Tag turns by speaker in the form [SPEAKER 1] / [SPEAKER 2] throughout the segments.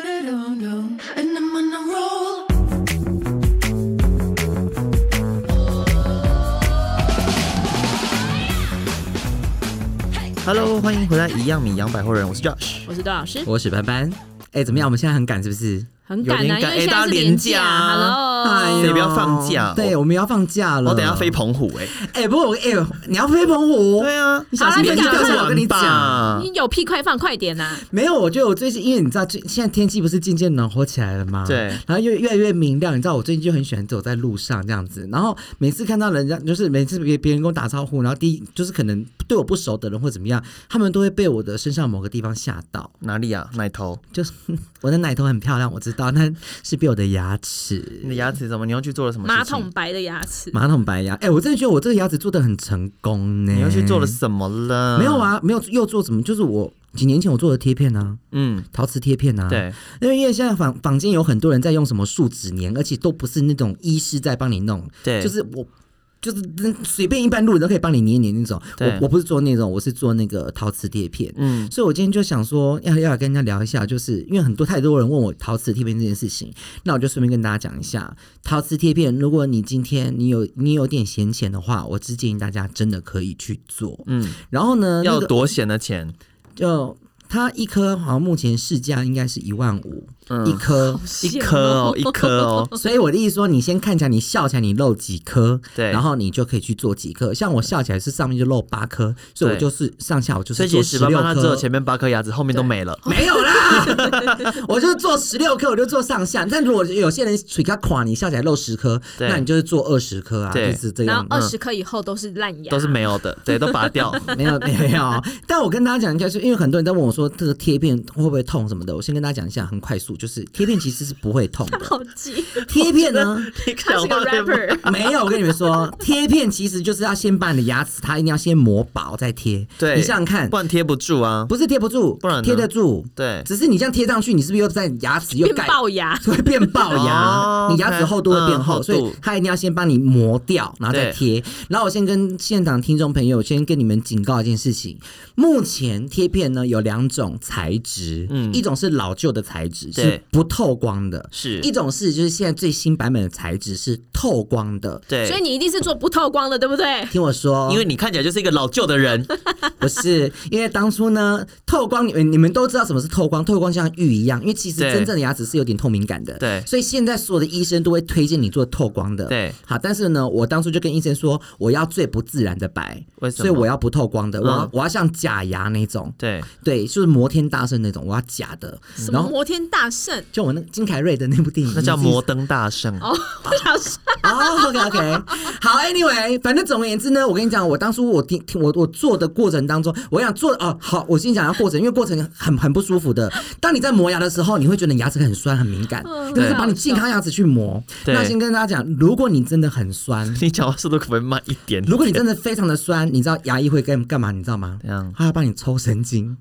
[SPEAKER 1] And I'm on a roll.
[SPEAKER 2] 哈喽，欢迎回来，一样米阳百货人，我是 Josh，
[SPEAKER 3] 我是段老师，
[SPEAKER 4] 我是潘潘。哎、怎么样？我们现在很赶是不是？
[SPEAKER 3] 很赶
[SPEAKER 4] 有
[SPEAKER 3] 啊，
[SPEAKER 4] 点
[SPEAKER 3] 因
[SPEAKER 4] 赶
[SPEAKER 3] 为现在
[SPEAKER 4] 哎大家
[SPEAKER 3] 是
[SPEAKER 4] 连
[SPEAKER 3] 年
[SPEAKER 4] 假
[SPEAKER 3] 假，Hello，
[SPEAKER 4] 哎
[SPEAKER 2] 你们要放假哦
[SPEAKER 4] 对，我们要放假了。
[SPEAKER 2] 我等一下飞。澎湖哎、
[SPEAKER 4] 哎、不过我哎、你要飞澎湖？
[SPEAKER 2] 对啊，
[SPEAKER 4] 你小心
[SPEAKER 3] 好啦
[SPEAKER 4] 飞
[SPEAKER 3] 你
[SPEAKER 4] 机
[SPEAKER 3] 赶
[SPEAKER 4] 掉下来。我跟你
[SPEAKER 2] 玩
[SPEAKER 4] 讲，
[SPEAKER 2] 吧，
[SPEAKER 3] 你有屁快放快点啊呐！
[SPEAKER 4] 没有，我觉得我最近，因为你知道，最现在天气不是渐渐暖和起来了吗？
[SPEAKER 2] 对
[SPEAKER 4] 然后越越来越明亮，你知道，我最近就很喜欢走在路上这样子。然后每次看到人家，就是每次别别人跟我打招呼，然后第一就是可能对我不熟的人或怎么样，他们都会被我的身上某个地方吓到。
[SPEAKER 2] 哪里啊？奶头？
[SPEAKER 4] 就是 我的奶头很漂亮，我知道，但是被我的牙齿
[SPEAKER 2] 你的牙齿怎么？你又去做了什么事情？
[SPEAKER 3] 马桶白的牙齿，
[SPEAKER 4] 马桶白牙。哎、我真的觉得我这个牙齿做的很成功呢。
[SPEAKER 2] 你又去做了什么了？
[SPEAKER 4] 没有，啊，没有又做什么？就是我几年前我做的贴片啊，
[SPEAKER 2] 嗯，
[SPEAKER 4] 陶瓷贴片啊。，
[SPEAKER 2] 对，
[SPEAKER 4] 因为因为现在坊坊间有很多人在用什么树脂粘，而且都不是那种医师在帮你弄，
[SPEAKER 2] 对
[SPEAKER 4] 就是我。就是随便一般路人都可以帮你捏一捏那种，
[SPEAKER 2] 对
[SPEAKER 4] 我我不是做那种，我是做那个陶瓷贴片。
[SPEAKER 2] 嗯，
[SPEAKER 4] 所以我今天就想说，要要来跟人家聊一下，就是因为很多太多人问我陶瓷贴片这件事情，那我就顺便跟大家讲一下，陶瓷贴片，如果你今天你有你有点闲钱的话，我只建议大家真的可以去做。
[SPEAKER 2] 嗯，
[SPEAKER 4] 然后呢，
[SPEAKER 2] 要
[SPEAKER 4] 那个
[SPEAKER 2] 多闲的钱，
[SPEAKER 4] 就它一颗好像目前市价应该是一万五、
[SPEAKER 2] 嗯
[SPEAKER 4] 一 颗。
[SPEAKER 2] 一颗哦，一颗哦，
[SPEAKER 4] 所以我的意思说，你先看起来，你笑起来你露几颗，
[SPEAKER 2] 对
[SPEAKER 4] 然后你就可以去做几颗。像我笑起来是上面就露八颗，所以我
[SPEAKER 2] 对
[SPEAKER 4] 就是上下我就
[SPEAKER 2] 所
[SPEAKER 4] 是
[SPEAKER 2] 以其
[SPEAKER 4] 做
[SPEAKER 2] 实
[SPEAKER 4] 十
[SPEAKER 2] 史班
[SPEAKER 4] 六
[SPEAKER 2] 班他
[SPEAKER 4] 颗。
[SPEAKER 2] 只有前面八颗牙齿，后面都没了。
[SPEAKER 4] 没有 啦，我就是做十六颗，我就做上下。但如果有些人嘴他垮，你笑起来露十颗，
[SPEAKER 2] 对
[SPEAKER 4] 那你就是做二十颗啊，
[SPEAKER 2] 对
[SPEAKER 4] 就是这
[SPEAKER 3] 然
[SPEAKER 4] 样
[SPEAKER 3] 后。二十颗以后都是烂牙，
[SPEAKER 2] 都是没有的，对，都拔掉。
[SPEAKER 4] 没有没有，但我跟大家讲一下，是因为很多人在问我说这个贴片会不会痛什么的，我先跟大家讲一下，很快速，就是贴片其实是不会痛 的。
[SPEAKER 3] 好 急，
[SPEAKER 4] 贴片呢，
[SPEAKER 2] 你
[SPEAKER 3] 他是
[SPEAKER 2] 讲
[SPEAKER 3] 个
[SPEAKER 2] 话对不
[SPEAKER 3] rapper，
[SPEAKER 4] 没有，我跟你们说，贴片其实就是要先把你的牙齿，它一定要先磨薄再贴。
[SPEAKER 2] 对，
[SPEAKER 4] 你想想看
[SPEAKER 2] 不，然贴不住啊。
[SPEAKER 4] 不是贴不住，
[SPEAKER 2] 不然呢
[SPEAKER 4] 贴得住，
[SPEAKER 2] 对
[SPEAKER 4] 只是你这样贴上去，你是不是又在牙齿又
[SPEAKER 3] 变
[SPEAKER 4] 盖
[SPEAKER 3] 龅牙，
[SPEAKER 4] 会变龅牙，
[SPEAKER 2] 哦
[SPEAKER 4] 你牙齿厚度会变厚，
[SPEAKER 2] 嗯
[SPEAKER 4] 所以
[SPEAKER 2] 厚度
[SPEAKER 4] 它一定要先帮你磨掉，然后再
[SPEAKER 2] 对
[SPEAKER 4] 贴。然后我先跟现场听众朋友先跟你们警告一件事情：目前贴片呢有两种材质，
[SPEAKER 2] 嗯
[SPEAKER 4] 一种是老旧的材质，
[SPEAKER 2] 对
[SPEAKER 4] 是不透光的；
[SPEAKER 2] 是
[SPEAKER 4] 一种是就是现在最新版本的材质是透光的。
[SPEAKER 2] 对，
[SPEAKER 3] 所以你一定是做不透光的，对不对？
[SPEAKER 4] 听我说，
[SPEAKER 2] 因为你看起来就是一个老旧的人，
[SPEAKER 4] 不是，因为当初呢，透光你们你们都知道什么是透光，透光像玉一样，因为其实
[SPEAKER 2] 对
[SPEAKER 4] 真正的牙齿是有点透明感的，
[SPEAKER 2] 对
[SPEAKER 4] 所以现在所有的医生都会推荐你做透光的，
[SPEAKER 2] 对
[SPEAKER 4] 好，但是呢，我当初就跟医生说，我要最不自然的白，
[SPEAKER 2] 为什
[SPEAKER 4] 所以
[SPEAKER 2] 么
[SPEAKER 4] 我要不透光的，我要、
[SPEAKER 2] 嗯
[SPEAKER 4] 我要像假牙那种，
[SPEAKER 2] 对，
[SPEAKER 4] 对，就是摩天大圣那种，我要假的，
[SPEAKER 3] 什么
[SPEAKER 4] 然后。
[SPEAKER 3] 摩天大圣
[SPEAKER 4] 就我那个金凯瑞的那部电影，
[SPEAKER 2] 嗯那叫
[SPEAKER 4] 你们自己
[SPEAKER 2] 摩登大圣。
[SPEAKER 3] 哦，
[SPEAKER 4] 啊
[SPEAKER 3] 不想说，
[SPEAKER 4] 哦、o k OK，好，Anyway，反正总而言之呢，我跟你讲，我当初我听听我我做的过程当中，我想做哦，好，我先讲一下过程，因为过程很很不舒服 的。当你在磨牙的时候，你会觉得你牙齿很酸很敏感，
[SPEAKER 3] 嗯
[SPEAKER 4] 因为是把你健康牙齿去磨。
[SPEAKER 2] 啊对
[SPEAKER 4] 那先跟大家讲，如果你真的很酸，
[SPEAKER 2] 你讲话速度可不可以慢一点？
[SPEAKER 4] 如果你真的非常的酸，你知道牙医会干干嘛？你知道吗
[SPEAKER 2] 怎样？
[SPEAKER 4] 他要帮你抽神经。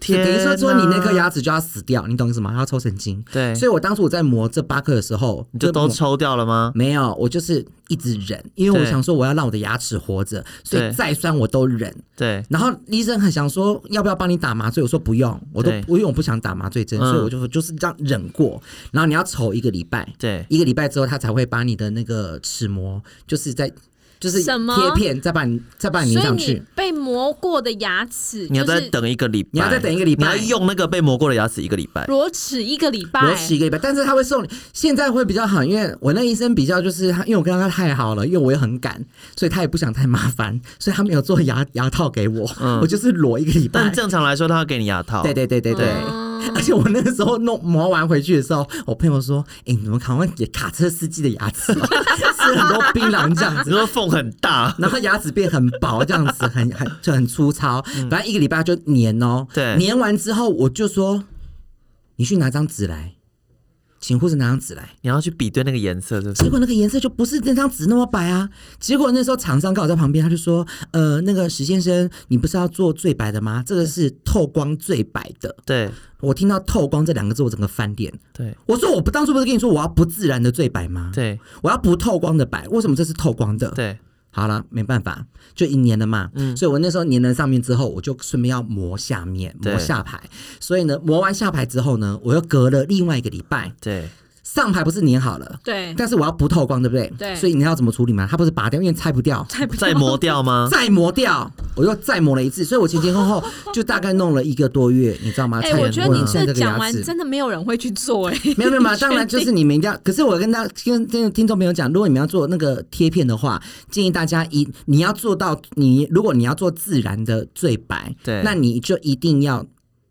[SPEAKER 2] 天
[SPEAKER 4] 等于说说
[SPEAKER 2] 哪
[SPEAKER 4] 你那颗牙齿就要死掉，你懂意思吗？他要抽神经。
[SPEAKER 2] 对
[SPEAKER 4] 所以我当初我在磨这八颗的时候，
[SPEAKER 2] 你就都
[SPEAKER 4] 磨
[SPEAKER 2] 抽掉了吗？
[SPEAKER 4] 没有，我就是一直忍，因为我
[SPEAKER 2] 对
[SPEAKER 4] 想说我要让我的牙齿活着，所以
[SPEAKER 2] 对
[SPEAKER 4] 再酸我都忍。
[SPEAKER 2] 对，
[SPEAKER 4] 然后医生很想说要不要帮你打麻醉，我说不用，我都
[SPEAKER 2] 对
[SPEAKER 4] 我因为我不想打麻醉针，
[SPEAKER 2] 嗯
[SPEAKER 4] 所以我就就是这样忍过。然后你要瞅一个礼拜，
[SPEAKER 2] 对
[SPEAKER 4] 一个礼拜之后他才会把你的那个齿模，就是在就是
[SPEAKER 3] 什么
[SPEAKER 4] 贴片，再把你再把哎你粘
[SPEAKER 3] 所以
[SPEAKER 4] 上
[SPEAKER 3] 你
[SPEAKER 4] 去。
[SPEAKER 3] 被磨过的牙齿
[SPEAKER 2] 你要
[SPEAKER 3] 就
[SPEAKER 2] 再
[SPEAKER 3] 是
[SPEAKER 2] 等一个礼拜，
[SPEAKER 4] 你要再等一个礼拜
[SPEAKER 2] 你要用那个被磨过的牙齿一个礼拜。
[SPEAKER 3] 裸齿一个礼拜，
[SPEAKER 4] 我洗一个礼拜，但是他会送你。现在会比较好，因为我那医生比较就是他，因为我跟他太好了，因为我也很赶，所以他也不想太麻烦，所以他没有做 牙牙套给我，
[SPEAKER 2] 嗯
[SPEAKER 4] 我就是裸一个礼拜
[SPEAKER 2] 但。正常来说，他要给你牙套。
[SPEAKER 4] 对对对对对。
[SPEAKER 3] 嗯
[SPEAKER 4] 而且我那个时候弄磨完回去的时候，我朋友说：“哎、你怎么好像卡车司机的牙齿哦，吃很多槟榔这样
[SPEAKER 2] 你
[SPEAKER 4] 子，
[SPEAKER 2] 说缝很 大，
[SPEAKER 4] 然后牙齿变很薄这样子，很 很就很粗糙。反正一个礼拜就粘哦。
[SPEAKER 2] 嗯对
[SPEAKER 4] 粘完之后我就说：你去拿张纸来，请护士拿张纸来。”
[SPEAKER 2] 你要去比对那个颜色，是不
[SPEAKER 4] 结
[SPEAKER 2] 是？
[SPEAKER 4] 果那个颜色就不是那张纸那么白啊！结果那时候厂商刚好在旁边，他就说：“呃，那个史先生，你不是要做最白的吗？这个是透光最白的。
[SPEAKER 2] 对”
[SPEAKER 4] 我听到“透光”这两个字，我整个翻脸。
[SPEAKER 2] 对
[SPEAKER 4] 我说：“我不当初不是跟你说我要不自然的最白吗？
[SPEAKER 2] 对
[SPEAKER 4] 我要不透光的白，为什么这是透光的？”
[SPEAKER 2] 对，
[SPEAKER 4] 好了，没办法，就一粘了嘛。
[SPEAKER 3] 嗯
[SPEAKER 4] 所以我那时候粘了上面之后，我就顺便要磨下面，磨
[SPEAKER 2] 对
[SPEAKER 4] 下排。所以呢，磨完下排之后呢，我又隔了另外一个礼拜，
[SPEAKER 2] 对，
[SPEAKER 4] 上排不是粘好了，
[SPEAKER 3] 对，
[SPEAKER 4] 但是我要不透光，对不对？
[SPEAKER 3] 对
[SPEAKER 4] 所以你要怎么处理嘛？它不是拔掉，因为拆不 掉。
[SPEAKER 3] 再不
[SPEAKER 2] 再磨掉 吗？
[SPEAKER 4] 再磨掉，我又再磨了一次，所以我前前后后就大概弄了一个多月，你知道吗？
[SPEAKER 3] 哎、
[SPEAKER 4] 才
[SPEAKER 3] 我觉得
[SPEAKER 4] 磨嗯
[SPEAKER 3] 你
[SPEAKER 4] 成
[SPEAKER 3] 这
[SPEAKER 4] 个牙
[SPEAKER 3] 讲完
[SPEAKER 4] 齿
[SPEAKER 3] 真的没有人会去做哎、
[SPEAKER 4] 没有没有嘛，当然就是你们一定 要。可是我跟大跟跟听众朋友讲，如果你们要做那个贴片的话，建议大家一你要做到你如果你要做自然的最白，
[SPEAKER 2] 对
[SPEAKER 4] 那你就一定要。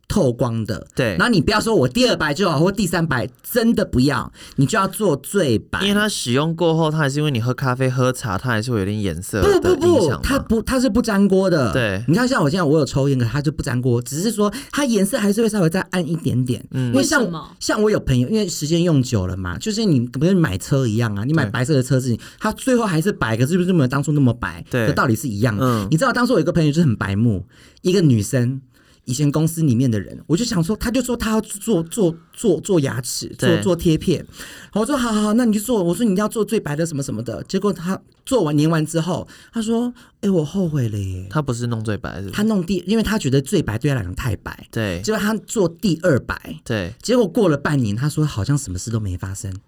[SPEAKER 4] 透光的，
[SPEAKER 2] 对
[SPEAKER 4] 然后你不要说我第二白就好，或第三白，真的不要，你就要做最白。
[SPEAKER 2] 因为它使用过后，它还是因为你喝咖啡、喝茶，它还是会有点颜色
[SPEAKER 4] 不
[SPEAKER 2] 的
[SPEAKER 4] 不
[SPEAKER 2] 影
[SPEAKER 4] 不
[SPEAKER 2] 响，
[SPEAKER 4] 它
[SPEAKER 2] 嘛
[SPEAKER 4] 不它是不粘锅的。
[SPEAKER 2] 对
[SPEAKER 4] 你看像我现在我有抽烟，可它就不粘锅，只是说它颜色还是会稍微再暗一点点。嗯，因为像
[SPEAKER 3] 为什么
[SPEAKER 4] 像我有朋友，因为时间用久了嘛，就是你不是买车一样啊，你买
[SPEAKER 2] 对
[SPEAKER 4] 白色的车子，它最后还是白，可是就是没有当初那么白，
[SPEAKER 2] 对
[SPEAKER 4] 的道理是一样的。
[SPEAKER 2] 嗯
[SPEAKER 4] 你知道当初我有一个朋友就是很白目，一个女生。以前公司里面的人，我就想说，她就说她要做做做做牙齿，做
[SPEAKER 2] 对
[SPEAKER 4] 做贴片，好我说好好好，那你去做。我说你要做最白的什么什么的。结果他做完粘完之后，他说：“哎、我后悔了耶。
[SPEAKER 2] 它不是弄最白，是”不
[SPEAKER 4] 他
[SPEAKER 2] 是？
[SPEAKER 4] 弄第，因为他觉得最白对他来讲太白，
[SPEAKER 2] 对
[SPEAKER 4] 结果他做第二白，
[SPEAKER 2] 对，
[SPEAKER 4] 结果过了半年，他说好像什么事都没发生。
[SPEAKER 2] 就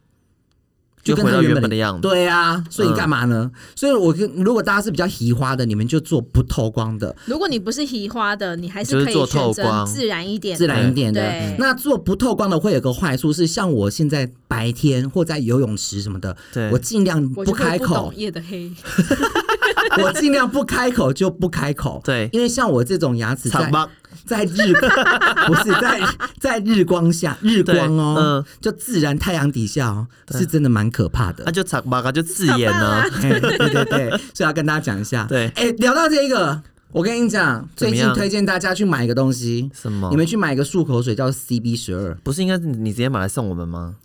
[SPEAKER 4] 跟
[SPEAKER 2] 回到
[SPEAKER 4] 他原
[SPEAKER 2] 原
[SPEAKER 4] 本
[SPEAKER 2] 本的样子。嗯
[SPEAKER 4] 对啊，所以你干嘛呢？所以我跟如果大家是比较移花的，你们就做不透光的，
[SPEAKER 3] 如果你不是移花的，你还
[SPEAKER 2] 就是是
[SPEAKER 3] 可
[SPEAKER 2] 做
[SPEAKER 3] 以
[SPEAKER 2] 透
[SPEAKER 3] 选择
[SPEAKER 2] 光
[SPEAKER 3] 自然一点的，
[SPEAKER 4] 自然一点的
[SPEAKER 3] 对。
[SPEAKER 4] 那做不透光的会有个坏处是，像我现在白天或在游泳池什么的，
[SPEAKER 2] 对
[SPEAKER 4] 我尽量
[SPEAKER 3] 我
[SPEAKER 4] 不
[SPEAKER 3] 就会
[SPEAKER 4] 开
[SPEAKER 3] 不
[SPEAKER 4] 口
[SPEAKER 3] 懂，夜的黑，
[SPEAKER 4] 我尽量不开口就不开口。
[SPEAKER 2] 对
[SPEAKER 4] 因为像我这种牙齿在
[SPEAKER 2] 长吧，
[SPEAKER 4] 在日 不是在在日光下日光哦，
[SPEAKER 2] 对嗯
[SPEAKER 4] 就自然太阳底下哦，是真的蛮可怕的
[SPEAKER 2] 那。就长吧，它就刺眼
[SPEAKER 3] 长
[SPEAKER 2] 呢
[SPEAKER 3] 吧。
[SPEAKER 4] 哎对对对，所以要跟大家讲一下。
[SPEAKER 2] 对
[SPEAKER 4] 哎、聊到这个，我跟你讲，
[SPEAKER 2] 怎
[SPEAKER 4] 最
[SPEAKER 2] 么
[SPEAKER 4] 近
[SPEAKER 2] 样
[SPEAKER 4] 推荐大家去买一个东西，
[SPEAKER 2] 什么
[SPEAKER 4] 你们去买一个漱口水，叫 CB 十二。
[SPEAKER 2] 不是应该是你直接买来送我们吗？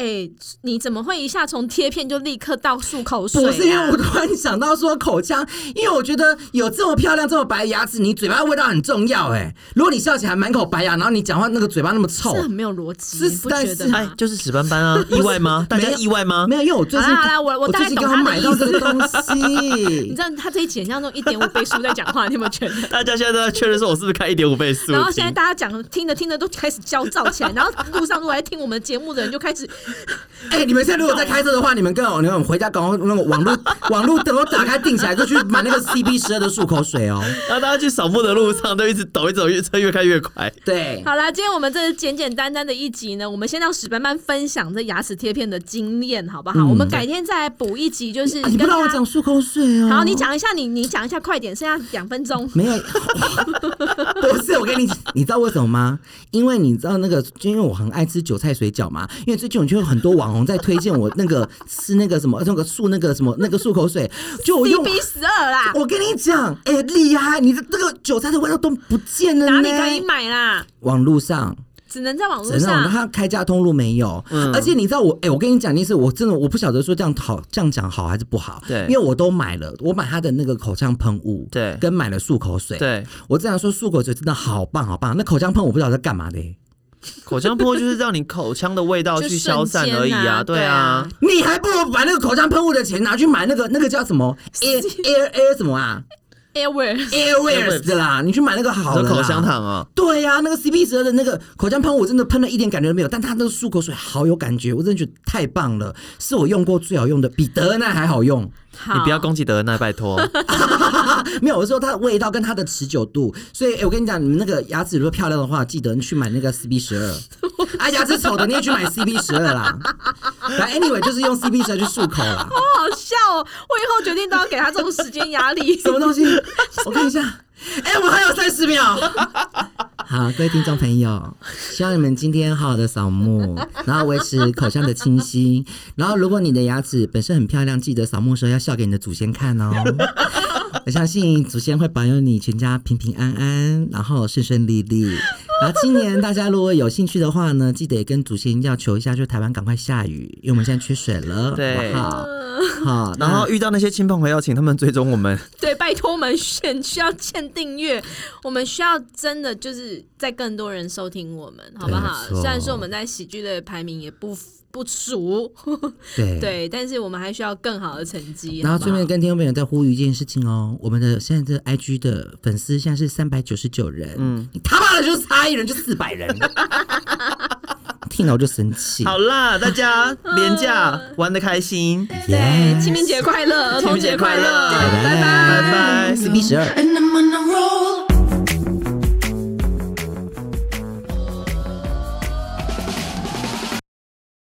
[SPEAKER 3] 哎、你怎么会一下从贴片就立刻到漱口水、啊？
[SPEAKER 4] 不是因为我突然想到说口腔，因为我觉得有这么漂亮、这么白的牙齿，你嘴巴的味道很重要哎、如果你笑起来满口白牙，然后你讲话那个嘴巴那么臭
[SPEAKER 3] 这，很没有逻辑，
[SPEAKER 4] 是
[SPEAKER 3] 你不觉
[SPEAKER 4] 但是
[SPEAKER 3] 得
[SPEAKER 4] 啊
[SPEAKER 3] 吗？
[SPEAKER 2] 哎，就是屎斑斑 啊，意外吗？大家
[SPEAKER 4] 没有
[SPEAKER 2] 意外吗？
[SPEAKER 4] 没有，因为我最近
[SPEAKER 3] 好啦好啦我我大
[SPEAKER 4] 最
[SPEAKER 3] 概
[SPEAKER 4] 近
[SPEAKER 3] 懂
[SPEAKER 4] 刚好
[SPEAKER 3] 他的
[SPEAKER 4] 买到这个东
[SPEAKER 3] 你
[SPEAKER 4] 西
[SPEAKER 3] 知，道他这一集很像那种一点五倍速在讲话，你有没有觉得？
[SPEAKER 2] 大家现在都在确认说我是不是开一点五倍速？
[SPEAKER 3] 然后现在大家讲听着听着都开始焦躁起来，然后路上如果来听我们节目的人就开 始，
[SPEAKER 4] 哎、你们现在如果在开车的话，你们更好，你们回家赶快那个网络网络等我打开定起来，就去买那个 CB 十二的漱口水哦。
[SPEAKER 2] 然后大家去扫墓的路上都一直抖，一直抖，越车越开越快。
[SPEAKER 4] 对，
[SPEAKER 3] 好啦，今天我们这是简简单单的一集呢，我们先让史班班分享这牙齿贴片的经验，好不好？我们改天再来补一集，就是
[SPEAKER 4] 嗯啊你不
[SPEAKER 3] 跟
[SPEAKER 4] 让我
[SPEAKER 3] 他。
[SPEAKER 4] 讲漱口水哦。
[SPEAKER 3] 好，你。讲一下，你你讲一下，快点，剩下两分钟。
[SPEAKER 4] 没有，不是我跟你，你知道为什么吗？因为你知道那个，就因为我很爱吃韭菜水饺嘛。因为最近我就有很多网红在推荐我那个吃那个什么那个漱那个什么那个漱口水，就我
[SPEAKER 3] B
[SPEAKER 4] 用
[SPEAKER 3] B 十二啦，
[SPEAKER 4] 我跟你讲，哎、厉害！你的这个韭菜的味道都不见了
[SPEAKER 3] 哪
[SPEAKER 4] 呢。
[SPEAKER 3] 里可以买啦？
[SPEAKER 4] 网络上，
[SPEAKER 3] 只能在网络
[SPEAKER 4] 真的，
[SPEAKER 3] 上。
[SPEAKER 4] 它开价通路没有。
[SPEAKER 2] 嗯
[SPEAKER 4] 而且你知道我，哎、我跟你讲一件事，我真的我不晓得说这样好，这样讲好还是不好。
[SPEAKER 2] 对
[SPEAKER 4] 因为我都买了，我买它的那个口腔喷雾，
[SPEAKER 2] 对
[SPEAKER 4] 跟买了漱口水。，
[SPEAKER 2] 对，
[SPEAKER 4] 我这样说漱口水真的好棒好棒。那口腔喷我不知道在干嘛的、
[SPEAKER 2] 口腔破就是让你口腔的味道
[SPEAKER 3] 就
[SPEAKER 2] 去
[SPEAKER 3] 瞬
[SPEAKER 2] 消散
[SPEAKER 3] 间
[SPEAKER 2] 而已
[SPEAKER 3] 啊
[SPEAKER 2] 对
[SPEAKER 3] 对啊
[SPEAKER 2] 啊，
[SPEAKER 4] 你还不如把那个口腔喷雾的钱拿去买那个那个叫什么 air air air 什么啊
[SPEAKER 3] Airware，
[SPEAKER 4] airways 的啦，你去买那个好
[SPEAKER 2] 你
[SPEAKER 4] 了
[SPEAKER 2] 说
[SPEAKER 4] 啦
[SPEAKER 2] 口香糖啊，
[SPEAKER 4] 对呀、那个 CP 十二的那个口腔喷，我真的喷了一点感觉都没有，但它那个漱口水好有感觉，我真的觉得太棒了，是我用过最好用的，比德恩奈还好用。
[SPEAKER 3] 好，
[SPEAKER 2] 你不要攻击德恩奈，拜 托。
[SPEAKER 4] 没有，我是说它的味道跟它的持久度，所以、诶哎我跟你讲，你们那个牙齿如果漂亮的话，记得去买那个 CP 十二。啊，牙齿丑的你也去买 CP 十二啦。反正 anyway 就是用 CP 十二去漱口啦。
[SPEAKER 3] 好好笑哦！我以后决定都要给他这种时间压力。
[SPEAKER 4] 什么东西？ 我看一下。哎、我还有三十秒。 好，各位听众朋友，希望你们今天好好的扫墓， 然后维持口腔的清晰。然后，如果你的牙齿本身很漂亮，记得扫墓的时候要笑给你的祖先看 哦。我相信祖先会保佑你全家平平安安，然后顺顺利利。然后今年大家如果有兴趣的话呢，记得也跟祖先要求一下，就台湾赶快下雨，因为我们现在缺水了，
[SPEAKER 2] 对
[SPEAKER 4] 好不好？好，
[SPEAKER 2] 然后遇到那些亲朋好友，请他们追踪我们。
[SPEAKER 3] 对，拜托我们选需要欠订阅，我们需要真的就是在更多人收听我们，好不好？
[SPEAKER 4] 没错
[SPEAKER 3] 虽然说我们在喜剧的排名也不不俗，
[SPEAKER 4] 对。
[SPEAKER 3] 对，但是我们还需要更好的成绩。
[SPEAKER 4] 然
[SPEAKER 3] 好
[SPEAKER 4] 后
[SPEAKER 3] 不好
[SPEAKER 4] 顺便跟听众朋友再呼吁一件事情哦，我们的现在这 IG 的粉丝现在是三百九十九人，嗯，你他妈的就差一人就四百人，听了我就生气。
[SPEAKER 2] 好啦，大 家
[SPEAKER 3] 嗯
[SPEAKER 2] 廉价玩的开心。
[SPEAKER 3] 哎对，清明节快乐，儿童节快乐，
[SPEAKER 2] 清明节快乐
[SPEAKER 3] 拜
[SPEAKER 4] 拜
[SPEAKER 3] 拜
[SPEAKER 2] 拜拜
[SPEAKER 4] 四 B 十二。
[SPEAKER 1] And I'm